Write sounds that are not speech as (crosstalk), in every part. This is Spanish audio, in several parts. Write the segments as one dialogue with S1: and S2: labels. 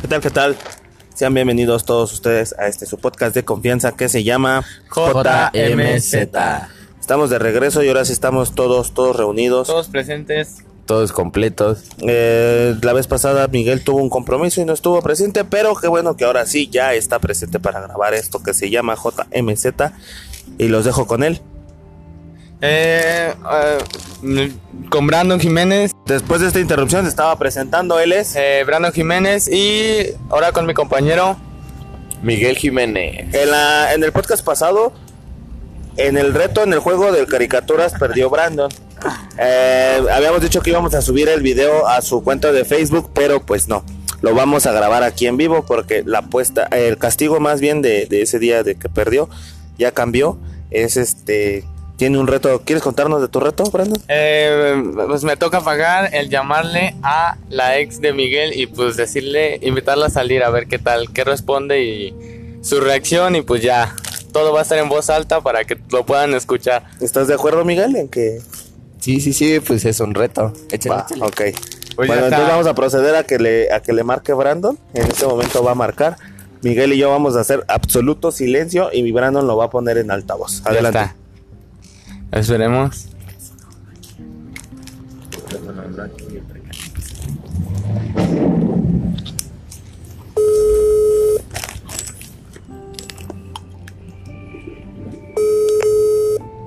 S1: ¿Qué tal? ¿Qué tal? Sean bienvenidos todos ustedes a este su podcast de confianza que se llama
S2: JMZ.
S1: Estamos de regreso y ahora sí estamos todos, todos reunidos.
S3: Todos presentes.
S2: Todos completos.
S1: Eh, la vez pasada Miguel tuvo un compromiso y no estuvo presente, pero qué bueno que ahora sí ya está presente para grabar esto que se llama JMZ y los dejo con él.
S3: Eh, eh, mm, con Brandon Jiménez.
S1: Después de esta interrupción se estaba presentando, él es...
S3: eh, Brandon Jiménez y ahora con mi compañero.
S2: Miguel Jiménez.
S1: En, la- en el podcast pasado, en el reto, en el juego de caricaturas, perdió Brandon. Eh, habíamos dicho que íbamos a subir el video a su cuenta de Facebook, pero pues no. Lo vamos a grabar aquí en vivo porque la apuesta, el castigo más bien de, de ese día de que perdió, ya cambió. Es este, tiene un reto. ¿Quieres contarnos de tu reto, Brandon?
S3: Eh, pues me toca pagar el llamarle a la ex de Miguel y pues decirle, invitarla a salir a ver qué tal, qué responde y su reacción y pues ya. Todo va a estar en voz alta para que lo puedan escuchar.
S1: ¿Estás de acuerdo, Miguel, en que
S2: Sí, sí, sí, pues es un reto. Échale,
S1: Va,
S2: échale.
S1: ok.
S3: Pues ya
S1: bueno, entonces
S3: está.
S1: vamos a proceder a que le a que le marque Brandon. En este momento va a marcar. Miguel y yo vamos a hacer absoluto silencio y mi Brandon lo va a poner en altavoz.
S3: Ya
S1: Adelante.
S3: está. Esperemos.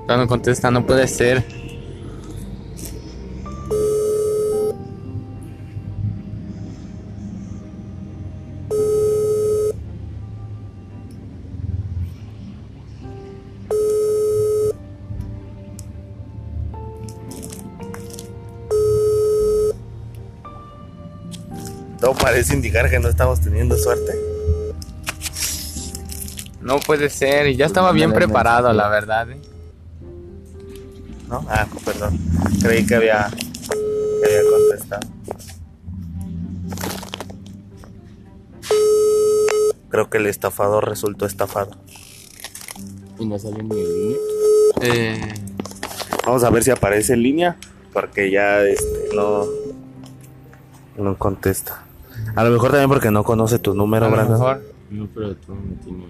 S3: No, no contesta, no puede ser.
S1: Todo parece indicar que no estamos teniendo suerte.
S3: No puede ser. Y ya estaba bien
S2: Mándale
S3: preparado, la verdad. ¿eh?
S1: ¿No? Ah, perdón. Creí que había, que había contestado. Creo que el estafador resultó estafado.
S2: Y no salió ni el niño.
S3: Eh,
S1: Vamos a ver si aparece en línea, porque ya este, no, no contesta. A lo mejor también porque no conoce tu número,
S3: a lo
S1: Brandon.
S3: mejor.
S2: No, pero tú no tienes.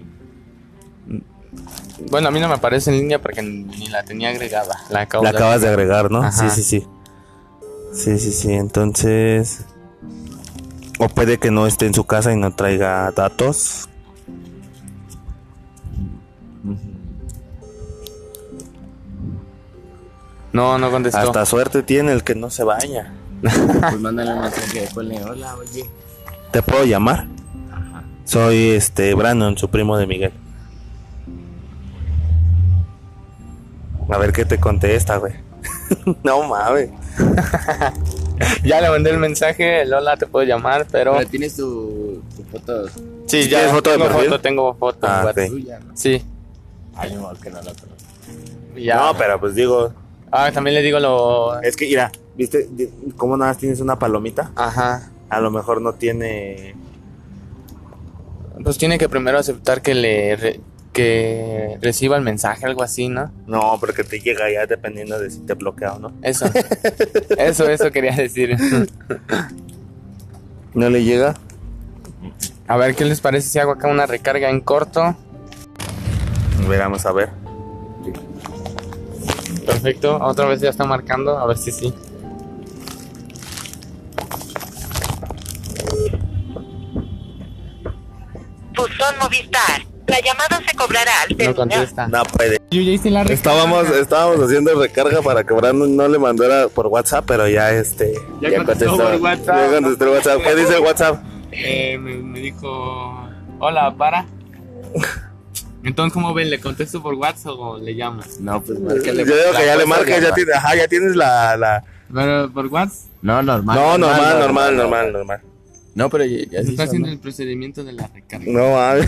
S3: Bueno, a mí no me aparece en línea porque ni la tenía agregada. La acabo
S1: La
S3: de-
S1: acabas de agregar, ¿no?
S3: Ajá.
S1: Sí, sí, sí. Sí, sí, sí. Entonces. O puede que no esté en su casa y no traiga datos.
S3: No, no contestó.
S1: Hasta suerte tiene el que no se baña.
S2: Pues mándale un mensaje, ponle hola, oye.
S1: ¿Te puedo llamar? Soy este Brandon, su primo de Miguel. A ver qué te contesta, güey. (laughs) no mames.
S3: Ya le mandé el mensaje, Lola, te puedo llamar, pero...
S2: Pero tienes tu, tu foto
S3: Sí,
S1: ¿Tienes
S3: ya
S1: foto de
S3: tengo
S1: perfil?
S3: foto, tengo foto.
S1: Ah,
S3: güey.
S1: ok.
S2: tuya, ¿no?
S3: Sí,
S2: Ay, no, que no la conozco.
S3: ya.
S1: No, pero pues digo,
S3: Ah, también le digo lo...
S1: es que mira, ¿viste Di- cómo nada más tienes una palomita?
S3: Ajá.
S1: A lo mejor no tiene
S3: Pues tiene que primero aceptar que le... re- Que reciba el mensaje, algo así, ¿no?
S1: No, porque te llega ya dependiendo de si te bloquea o no.
S3: Eso.
S1: (laughs)
S3: eso, eso quería decir.
S1: No le llega.
S3: A ver, ¿qué les parece si hago acá una recarga en corto?
S1: Veramos a ver.
S3: Perfecto, otra vez ya está marcando, a ver si sí.
S4: Buzón Movistar. La llamada se cobrará al
S3: No
S4: terminar.
S3: contesta.
S1: No puede.
S3: Yo ya hice la recarga.
S1: Estábamos, estábamos haciendo recarga para que Brandon no le mandara por WhatsApp, pero ya este.
S3: Ya contestó por WhatsApp.
S1: Ya contestó el WhatsApp. ¿Qué dice el WhatsApp?
S3: Eh, me, me dijo, hola, para. Entonces, ¿cómo ven? ¿Le contesto por WhatsApp o le llamo?
S2: No, pues
S1: Yo
S2: márcale.
S1: digo
S2: La
S1: que ya le
S2: foto
S1: marques,
S2: de-
S1: ya tienes, ajá, ya tienes la, la-
S3: Pero por WhatsApp
S2: No, normal.
S1: No, normal, normal, normal, normal.
S2: No, pero ya, ya
S3: se
S2: se
S3: está
S2: hizo,
S3: haciendo
S2: ¿no?
S3: el procedimiento de la recarga.
S1: No mames.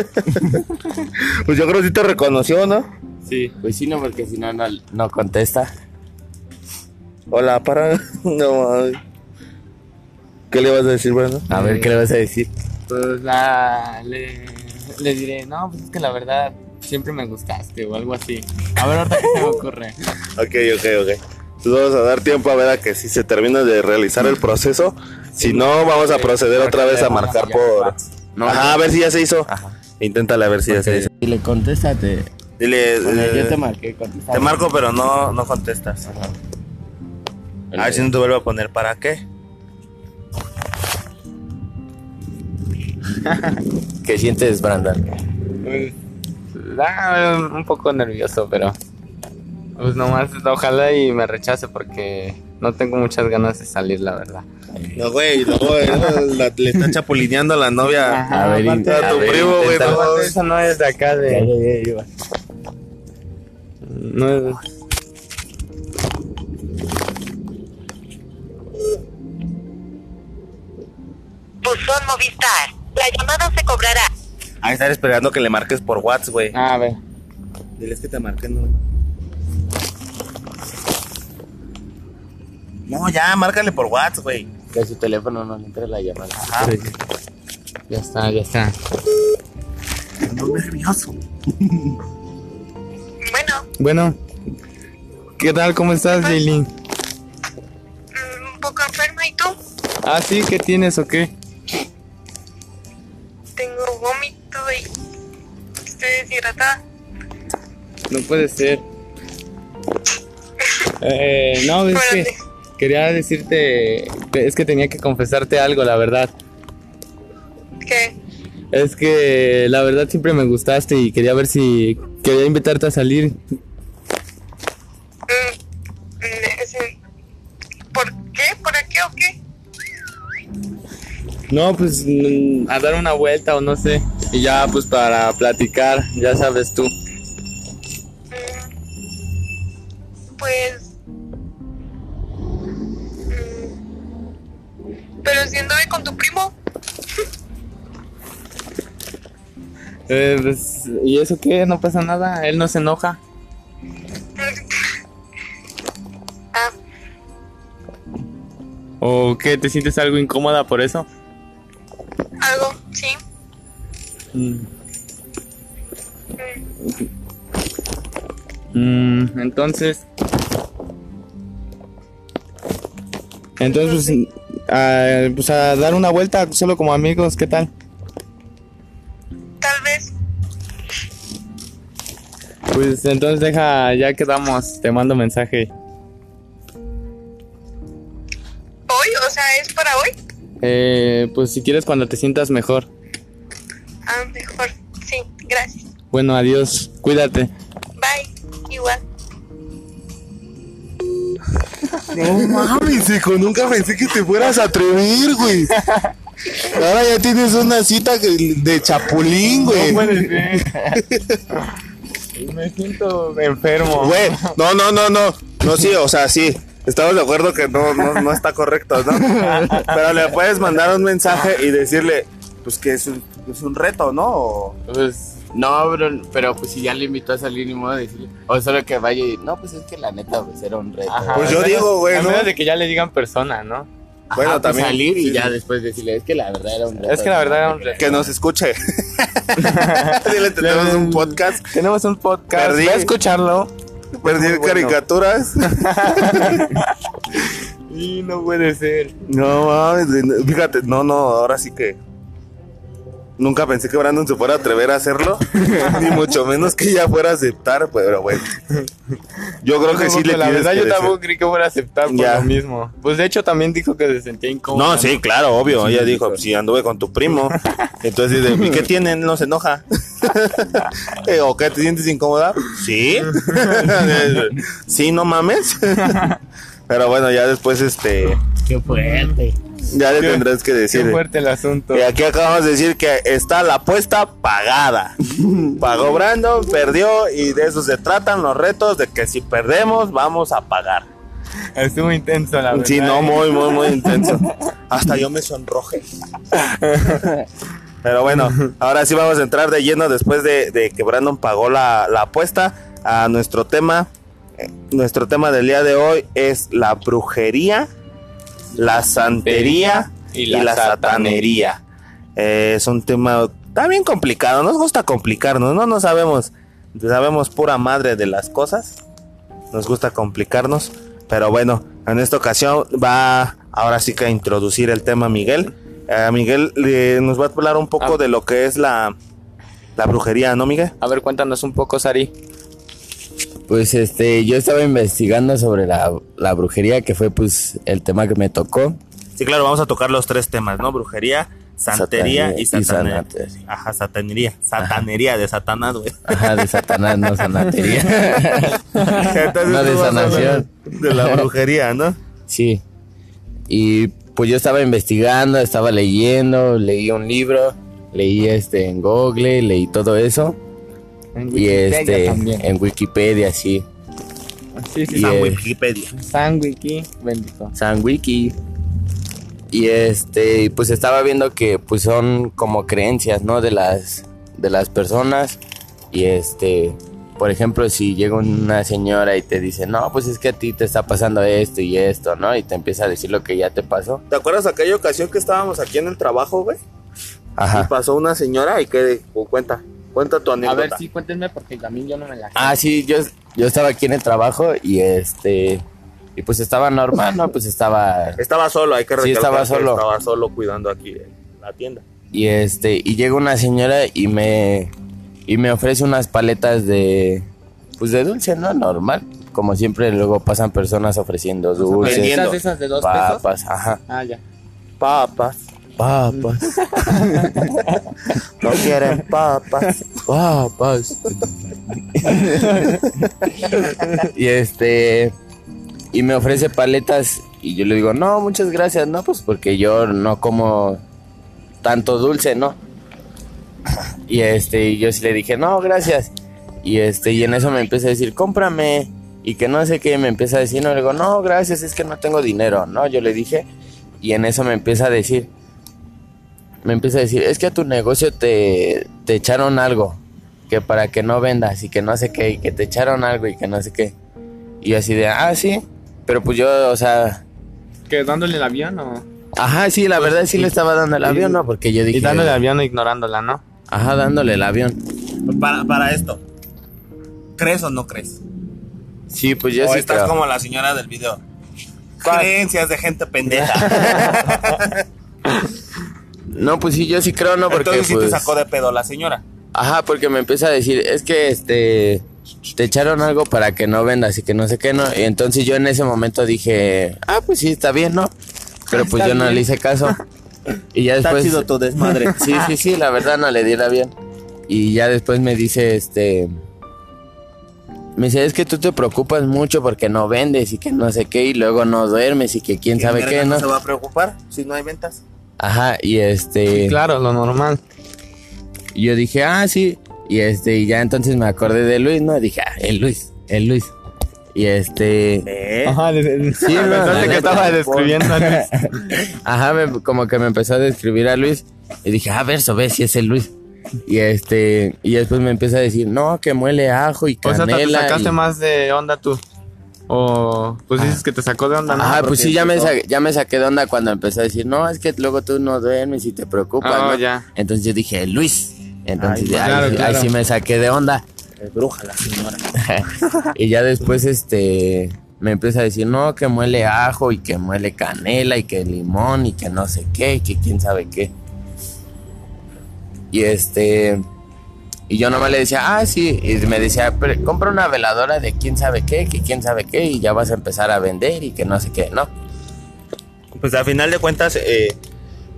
S1: (laughs) pues yo creo que sí te reconoció, ¿no?
S3: Sí.
S2: Pues sí, no, porque si no, no, no contesta.
S1: Hola, para. (laughs) No mames. ¿Qué le vas a decir, Brandon?
S2: A ver, ¿qué le vas a decir?
S3: Pues la, le, le diré, no, pues es que la verdad siempre me gustaste o algo así. A ver, ahorita qué se me ocurre.
S1: Ok, ok, ok. Entonces vamos a dar tiempo a ver a que si se termina de realizar el proceso. Si no, vamos a proceder otra vez a marcar por.
S2: No,
S1: Ajá, a ver si ya se hizo.
S2: Ajá.
S1: Inténtale a ver si ya se hizo.
S2: Si le contéstate.
S1: Dile. eh,
S2: yo te marqué,
S1: te marco, pero no, no contestas. A ver si no te vuelvo a poner para
S2: (laughs)
S1: qué.
S2: ¿Qué sientes, Brandon?
S3: Pues, Ah, un poco nervioso, pero. Pues nomás, ojalá y me rechace porque no tengo muchas ganas de salir, la verdad.
S1: No, güey, luego le está chapulineando la novia.
S2: A ver,
S1: aparte a tu primo, güey,
S2: intenta-
S1: no.
S3: Aparte, Eso no es de acá,
S2: Ya
S3: de.
S2: llegué, iba.
S3: No es-
S4: Buzón Movistar. La llamada se cobrará.
S1: Ahí estar esperando que le marques por WhatsApp, güey.
S3: Ah, a ver.
S1: Diles que te marquen. No, no ya, márcale por WhatsApp, güey.
S2: Que a su teléfono no le entre la llamada.
S3: Ya está, ya está.
S1: Ando nervioso.
S4: Bueno,
S3: Bueno, ¿qué tal? ¿Cómo estás, Lili?
S4: mm, un poco enferma. ¿Y tú?
S3: Ah, sí, ¿qué tienes o qué?
S4: Tengo vómito y estoy deshidratada.
S3: No puede ser. Eh, no, es que
S4: Espérate.
S3: quería decirte, es que tenía que confesarte algo, la verdad.
S4: ¿Qué?
S3: Es que la verdad siempre me gustaste y quería ver si quería invitarte a salir.
S4: Mm, mm, es un- ¿Por qué? ¿Por qué o qué?
S3: No, pues mm, a dar una vuelta o no sé. Y ya pues para platicar, ya sabes tú.
S4: Mm, Pues. mm, Pero si anduve con tu primo, (laughs)
S3: Eh, pues, ¿Y eso qué? No pasa nada, él no se enoja.
S4: ah,
S3: ¿O qué? ¿Te sientes algo incómoda por eso?
S4: algo, sí.
S3: Mm, entonces. Entonces, pues, a, pues, a dar una vuelta solo como amigos, ¿qué tal?
S4: Tal vez.
S3: Pues entonces deja, ya quedamos, te mando mensaje.
S4: ¿Hoy? O sea, ¿es para hoy?
S3: Eh, pues si quieres cuando te sientas mejor.
S4: Ah, mejor. Sí, gracias.
S3: Bueno, adiós, cuídate.
S4: Bye. Igual.
S1: No mames, hijo, nunca pensé que te fueras a atrever, güey. Ahora ya tienes una cita que- de chapulín, güey.
S3: Me siento enfermo.
S1: Güey, no, no, no, no. No, sí, o sea, sí. Estamos de acuerdo que no, no, no está correcto, ¿no? Pero le puedes mandar un mensaje y decirle, pues que es un, es un reto, ¿no? O-
S2: Pues, no, pero, pero pues si ya le invitó a salir, ni modo de decirle. O solo que vaya y. No, pues es que la neta, pues era un reto.
S3: Ajá,
S1: Pues
S3: al
S1: yo
S3: menos-
S1: digo, güey,
S3: al
S1: ¿no?
S3: menos de que ya le digan persona, ¿no?
S2: Ajá,
S1: bueno,
S2: pues,
S1: también.
S2: salir y
S1: Sí,
S2: ya
S1: sí.
S2: después decirle, es que la verdad era un reto.
S3: Es que la verdad era un reto.
S1: Que nos escuche. Dile, tenemos un podcast.
S3: Tenemos un podcast.
S1: Perdí.
S3: Ve a escucharlo.
S1: Perdí caricaturas.
S3: Y no puede ser.
S1: No mames, güey, no, fíjate, no, no, ahora sí que. Nunca pensé que Brandon se fuera a atrever a hacerlo, ni mucho menos que ella fuera a aceptar, pero bueno. Yo creo que sí le
S3: la
S1: tienes
S3: verdad
S1: que
S3: yo
S1: decir.
S3: tampoco creí que fuera a aceptar por
S1: Ya.
S3: lo mismo. Pues de hecho también dijo que se sentía incómodo.
S1: No, sí, claro, obvio. ella dijo, si anduve con tu primo. Entonces dice, ¿y qué tienen? No se enoja. (laughs) Eh, ¿O qué te sientes incómoda? Sí. (laughs) sí, no
S3: (laughs)
S1: mames. pero bueno, ya después, este,
S2: Qué fuerte.
S1: ya le tendrás que
S3: Qué
S1: decir.
S3: fuerte el asunto.
S1: Y aquí acabamos de decir que está la apuesta (laughs) pagada. Pagó Brandon, perdió y de eso se tratan los retos, de que si perdemos vamos a pagar.
S3: Estuvo intenso la verdad.
S1: Sí, no,
S3: ¿eh?
S1: muy, muy, muy intenso. (laughs) Hasta yo me sonroje. (laughs) Pero bueno, ahora sí vamos a entrar de lleno después de, de que Brandon pagó la, la apuesta a nuestro tema. Eh, Nuestro tema del día de hoy es la brujería, la santería y la, satanería. Eh, es un tema está bien complicado, nos gusta complicarnos, no no sabemos, sabemos pura madre de las cosas, nos gusta complicarnos, Pero bueno, en esta ocasión va ahora sí que a introducir el tema Miguel. Eh, Miguel eh, nos va a hablar un poco
S3: Ah.
S1: de lo que es la, la brujería, ¿no, Miguel?
S3: A ver, cuéntanos un poco, Sari.
S5: Pues este, yo estaba investigando sobre la, la brujería, que fue pues el tema que me tocó.
S1: Sí, claro, vamos a tocar los tres temas, ¿no? Brujería, santería y
S5: Satanía
S1: satanería.
S5: y sanatería.
S1: Ajá, satanería. Satanería de Satanás, güey.
S5: Ajá, de Satanás, no sanatería.
S1: Entonces,
S5: Una
S1: tú vas a hablar
S5: desanación.
S1: De
S5: (laughs)
S1: la brujería, ¿no?
S5: Sí. Y pues yo estaba investigando, estaba leyendo, leí un libro, leí este en Google, leí todo eso. Y este,
S3: también.
S5: en Wikipedia, sí.
S3: Sí, sí.
S5: Y
S1: San
S5: el-
S1: Wikipedia.
S3: San Wiki, bendito.
S5: San Wiki. Y este, y, pues estaba viendo que pues son como creencias, ¿no? De las, de las personas. Y este, por ejemplo, si llega una señora y te dice, no, pues es que a ti te está pasando esto y esto, ¿no? Y te empieza a decir lo que ya te pasó.
S1: ¿Te acuerdas aquella ocasión que estábamos aquí en el trabajo, güey? Y
S5: Ajá.
S1: pasó una señora y que o cuenta, cuenta tu
S3: A
S1: anécdota.
S3: ver, sí, cuéntenme porque también yo no me la
S5: Ah, sí, yo, yo estaba aquí en el trabajo y este, y pues estaba normal, ¿no? Pues estaba
S1: Estaba solo, hay que
S5: Sí,
S1: recalcar
S5: estaba
S1: que
S5: solo.
S1: estaba solo cuidando aquí eh, la tienda.
S5: Y este, y llega una señora y me y me ofrece unas paletas de pues de dulce, no normal, como siempre luego pasan personas ofreciendo dulces,
S1: vendiendo.
S3: ¿Esas esas de dos pesos?
S5: papas, ajá,
S3: Ah, ya.
S1: Papas,
S5: papas,
S1: (laughs) no quieren papas.
S5: papas. y este y me ofrece paletas y yo le digo, "No, muchas gracias, no, pues porque yo no como tanto dulce, ¿no?" Y este, y yo sí le dije, no, gracias. Y este, y en eso me empieza a decir, cómprame. Y que no sé qué, me empieza a decir, no, le digo, no, gracias, es que no tengo dinero, ¿no? Yo le dije, y en eso me empieza a decir, me empieza a decir, es que a tu negocio te, te echaron algo, que para que no vendas y que no sé qué, y que te echaron algo y que no sé qué. Y yo así de, ah, sí, pero pues yo, o sea,
S3: ¿Que dándole el avión o...?
S5: ajá, sí, la verdad sí le estaba dando el avión, ¿no? Porque yo dije,
S3: Y dándole el avión ignorándola, ¿no?
S5: ajá, dándole el avión.
S1: Para, para esto, ¿crees o no crees?
S5: Sí, pues yo
S1: o
S5: sí
S1: Oh, estás
S5: creo.
S1: como la señora del video. Creencias de gente pendeja.
S5: No, pues sí, yo sí creo, (laughs) no, porque
S1: Entonces sí te
S5: pues,
S1: sacó de pedo la señora.
S5: Ajá, porque me empieza a decir, es que este te echaron algo para que no vendas y que no sé qué, ¿no? Y entonces yo en ese momento dije, ah, pues sí, está bien, ¿no? Pero pues yo no le hice caso. Y ya después.
S1: tu desmadre.
S5: Sí, sí, sí, la verdad no le di el avión. Y ya después me dice, este. Me dice, es que tú te preocupas mucho porque no vendes y que no sé qué, y luego no duermes y que quién (laughs) sabe qué, ¿no?
S1: se va a preocupar si no hay ventas?
S5: Ajá, y este.
S3: Claro, lo normal.
S5: Y yo dije, ah, sí. Y este, y ya entonces me acordé de Luis, ¿no? Dije, ah, el Luis, el Luis. Y este,
S1: ¿Eh?
S3: Ajá, le- le-
S5: Sí,
S3: (laughs)
S5: no,
S3: pensaste
S5: no,
S3: que
S5: no,
S3: estaba
S5: no,
S3: describiendo a Luis.
S5: ajá, me- como que me empezó a describir a Luis. Y dije, ah, verso, ve si es el Luis. Y este, y después me empieza a decir, no, que muele ajo y
S3: O sea,
S5: canela.
S3: te sacaste
S5: y-
S3: más de onda tú. O pues dices que te sacó de onda, ¿no?
S5: Ajá,
S3: Porque
S5: pues sí, ya me,
S3: empezó-
S5: saqué, ya me saqué de onda cuando empezó a decir, no, es que luego tú no duermes y te preocupas.
S3: Ah,
S5: ¿no?".
S3: ya.
S5: Entonces yo dije, Luis. Entonces
S1: Ay,
S5: ahí-
S3: claro,
S5: ahí
S3: claro.
S5: sí me saqué de onda.
S1: Es bruja la señora.
S5: y ya después este me empieza a decir, no, que muele ajo y que muele canela y que limón y que no sé qué, y que quién sabe qué. Y este y yo nomás le decía, ah, sí, y me decía, "Pero compra una veladora de quién sabe qué, que quién sabe qué, y ya vas a empezar a vender y que no sé qué, ¿no?
S1: Pues al final de cuentas, eh,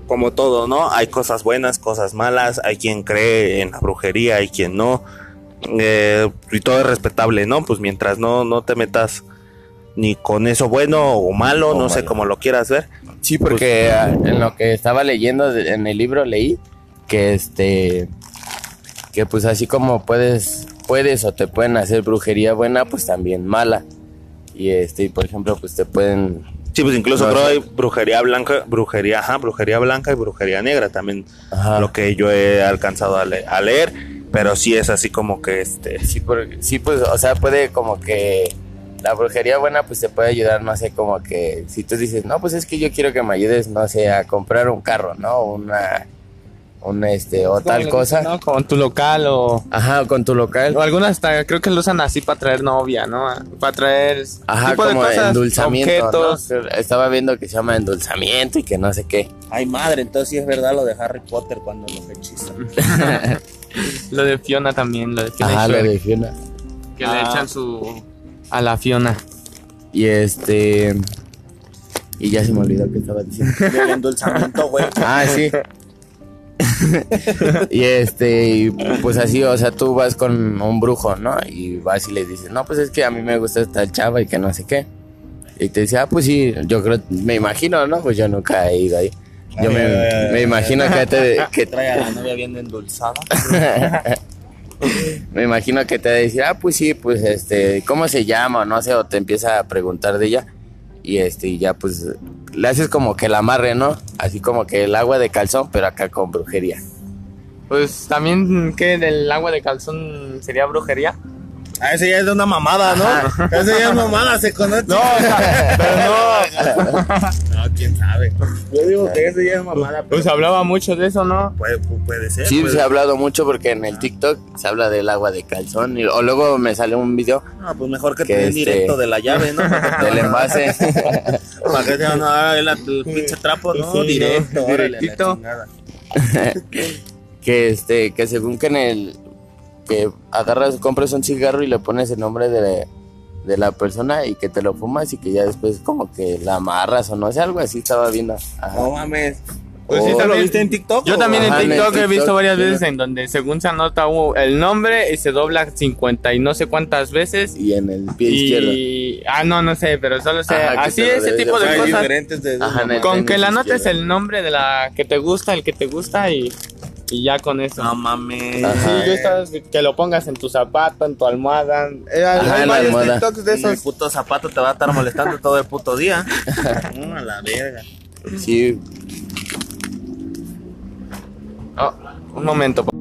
S1: como todo, ¿no? Hay cosas buenas, cosas malas, hay quien cree en la brujería, hay quien no. Eh, y todo es respetable, ¿no? Pues mientras no, no te metas ni con eso bueno o malo,
S5: O
S1: no sé
S5: malo.
S1: cómo lo quieras ver.
S5: Sí, porque ah, en lo que estaba leyendo de- en el libro leí que este que pues así como puedes puedes o te pueden hacer brujería buena, pues también mala. Y este, y por ejemplo, pues te pueden
S1: Sí, pues incluso
S5: No,
S1: creo
S5: sí.
S1: hay brujería blanca, brujería, ajá, brujería blanca y brujería negra también,
S5: Ajá.
S1: lo que yo he alcanzado a, le- a leer, pero sí es así como que este
S5: sí, por- sí, pues o sea, puede como que la brujería buena pues te puede ayudar, no sé, como que si tú dices, "No, pues es que yo quiero que me ayudes, no sé, a comprar un carro, ¿no? Una un este o
S3: Como le
S5: tal
S3: dicen,
S5: cosa.
S3: ¿no? Con tu local o...
S5: Ajá, con tu local.
S3: O algunas hasta creo que lo usan así para traer novia, ¿no? Para traer
S5: Ajá,
S3: tipo
S5: como
S3: de cosas,
S5: endulzamiento. ¿no?
S3: objetos.
S5: Estaba viendo que se llama endulzamiento y que no sé qué.
S1: Ay, madre, entonces sí es verdad lo de Harry Potter cuando los (laughs) hechizan.
S3: Lo de Fiona también, lo Ah, de Fiona y
S5: Ajá, lo
S3: Shrek,
S5: de Fiona.
S6: Que
S1: Ah.
S6: le echan su.
S3: a la Fiona.
S5: Y este. Y ya se me olvidó que estaba diciendo.
S1: El endulzamiento, güey.
S5: Ah, sí. (laughs) y este, y pues así, o sea, tú vas con un brujo, ¿no? Y vas y le dices, no, pues es que a mí me gusta esta chava y que no sé qué. Y te dice, ah, pues sí, yo creo, me imagino, ¿no? Pues yo nunca he ido ahí. Yo
S1: Ay,
S5: me,
S1: ay, ay,
S5: me
S1: ay.
S5: imagino que te, que
S1: Trae a la novia bien endulzada.
S5: (laughs) Me imagino que te va a decir, ah, pues sí, pues este, ¿cómo se llama? O No sé, o te empieza a preguntar de ella. Y este, y ya pues le haces como que el amarre, ¿no? Así como que el agua de calzón, pero acá con brujería.
S1: Eh,
S3: Pues también que del agua de calzón sería brujería.
S1: Ah, ese ya es de una mamada, ¿no? Ese ya es mamada, se conoce. No, pero no. (laughs) No, quién sabe. Yo digo que ese ya es mamada, pero
S3: Pues hablaba mucho de eso, ¿no?
S1: puede, pu- puede ser.
S5: Sí,
S1: puede-
S5: se ha hablado mucho porque en el TikTok se habla del agua de calzón. y- o luego me sale
S1: (laughs)
S5: un video
S1: Ah, pues mejor que
S5: Que
S1: te den
S5: este-
S1: directo de la llave, ¿no?
S5: (laughs) del envase.
S1: Para que te van a dar el, el pinche trapo, ¿no?
S3: Sí,
S1: directo,
S3: ¿no?
S1: órale, la
S3: Directito.
S1: chingada.
S5: que este, que según que en el que agarras, compras un cigarro y le pones el nombre de, de la persona y que te lo fumas y que ya después como que la amarras o no sé, algo así estaba viendo. Ajá.
S1: No mames.
S3: Pues sí,
S5: O-
S1: ¿Tú lo
S3: también-
S1: viste en TikTok?
S3: Yo
S1: o-
S3: también en
S5: Ajá, Oh. en
S3: TikTok,
S5: el
S3: he visto
S5: TikTok,
S3: varias
S5: sí,
S3: veces
S5: ¿no?
S3: en donde según se anota uh, el nombre y se dobla 50 y no sé cuántas veces.
S5: y en el pie izquierdo.
S3: Y... Ah, no, no sé, pero solo sé.
S5: Ajá, que
S3: así,
S5: te lo
S3: ese
S5: debes de
S3: tipo de
S1: Hay
S5: poner
S3: cosas.
S1: diferentes de
S5: Ajá, en el
S3: Con que
S5: tenis
S3: la anotes
S5: izquierdo.
S3: el nombre de la que te gusta, el que te gusta y, y ya con eso.
S1: No mames.
S5: Ajá.
S3: Sí, yo estaba- que lo pongas en tu zapato, en tu almohada. Eh, hay-
S5: Ajá,
S3: hay
S5: en la
S3: varios
S5: almohada.
S3: TikToks de
S1: El
S3: esos.
S1: puto zapato te va a estar molestando todo el puto (laughs) día. Mm, a la verga.
S5: Sí,
S3: Oh, un momento,